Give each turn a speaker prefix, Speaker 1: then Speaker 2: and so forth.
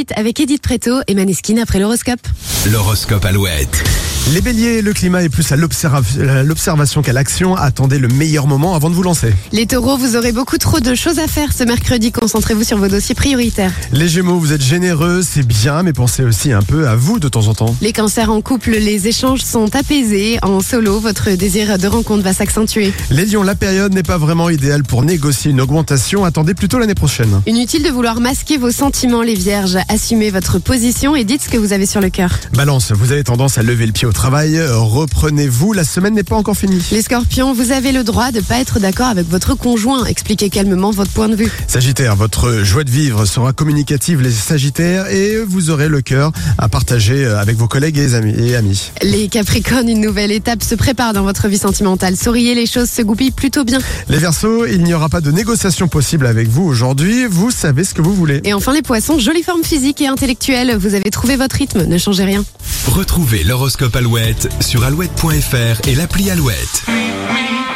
Speaker 1: Alouette avec Edith Preto et Maneskin après l'horoscope.
Speaker 2: L'horoscope Alouette.
Speaker 3: Les béliers, le climat est plus à l'observa- à l'observation qu'à l'action. Attendez le meilleur moment avant de vous lancer.
Speaker 1: Les taureaux, vous aurez beaucoup trop de choses à faire ce mercredi. Concentrez-vous sur vos dossiers prioritaires.
Speaker 3: Les gémeaux, vous êtes généreux, c'est bien, mais pensez aussi un peu à vous de temps en temps.
Speaker 1: Les cancers en couple, les échanges sont apaisés. En solo, votre désir de rencontre va s'accentuer.
Speaker 3: Les lions, la période n'est pas vraiment idéale pour négocier une augmentation. Attendez plutôt l'année prochaine.
Speaker 1: Inutile de vouloir masquer vos sentiments, les vierges. Assumez votre position et dites ce que vous avez sur le cœur.
Speaker 3: Balance, vous avez tendance à lever le pied au travail. Reprenez-vous, la semaine n'est pas encore finie.
Speaker 1: Les scorpions, vous avez le droit de pas être d'accord avec votre conjoint. Expliquez calmement votre point de vue.
Speaker 3: Sagittaire, votre joie de vivre sera communicative, les sagittaires, et vous aurez le cœur à partager avec vos collègues et amis. et amis.
Speaker 1: Les capricornes, une nouvelle étape se prépare dans votre vie sentimentale. Souriez, les choses se goupillent plutôt bien.
Speaker 3: Les versos, il n'y aura pas de négociation possible avec vous aujourd'hui. Vous savez ce que vous voulez.
Speaker 1: Et enfin les poissons, jolie forme physique et intellectuelle, vous avez trouvé votre rythme, ne changez rien.
Speaker 2: Retrouvez l'horoscope Alouette sur alouette.fr et l'appli Alouette.
Speaker 4: me.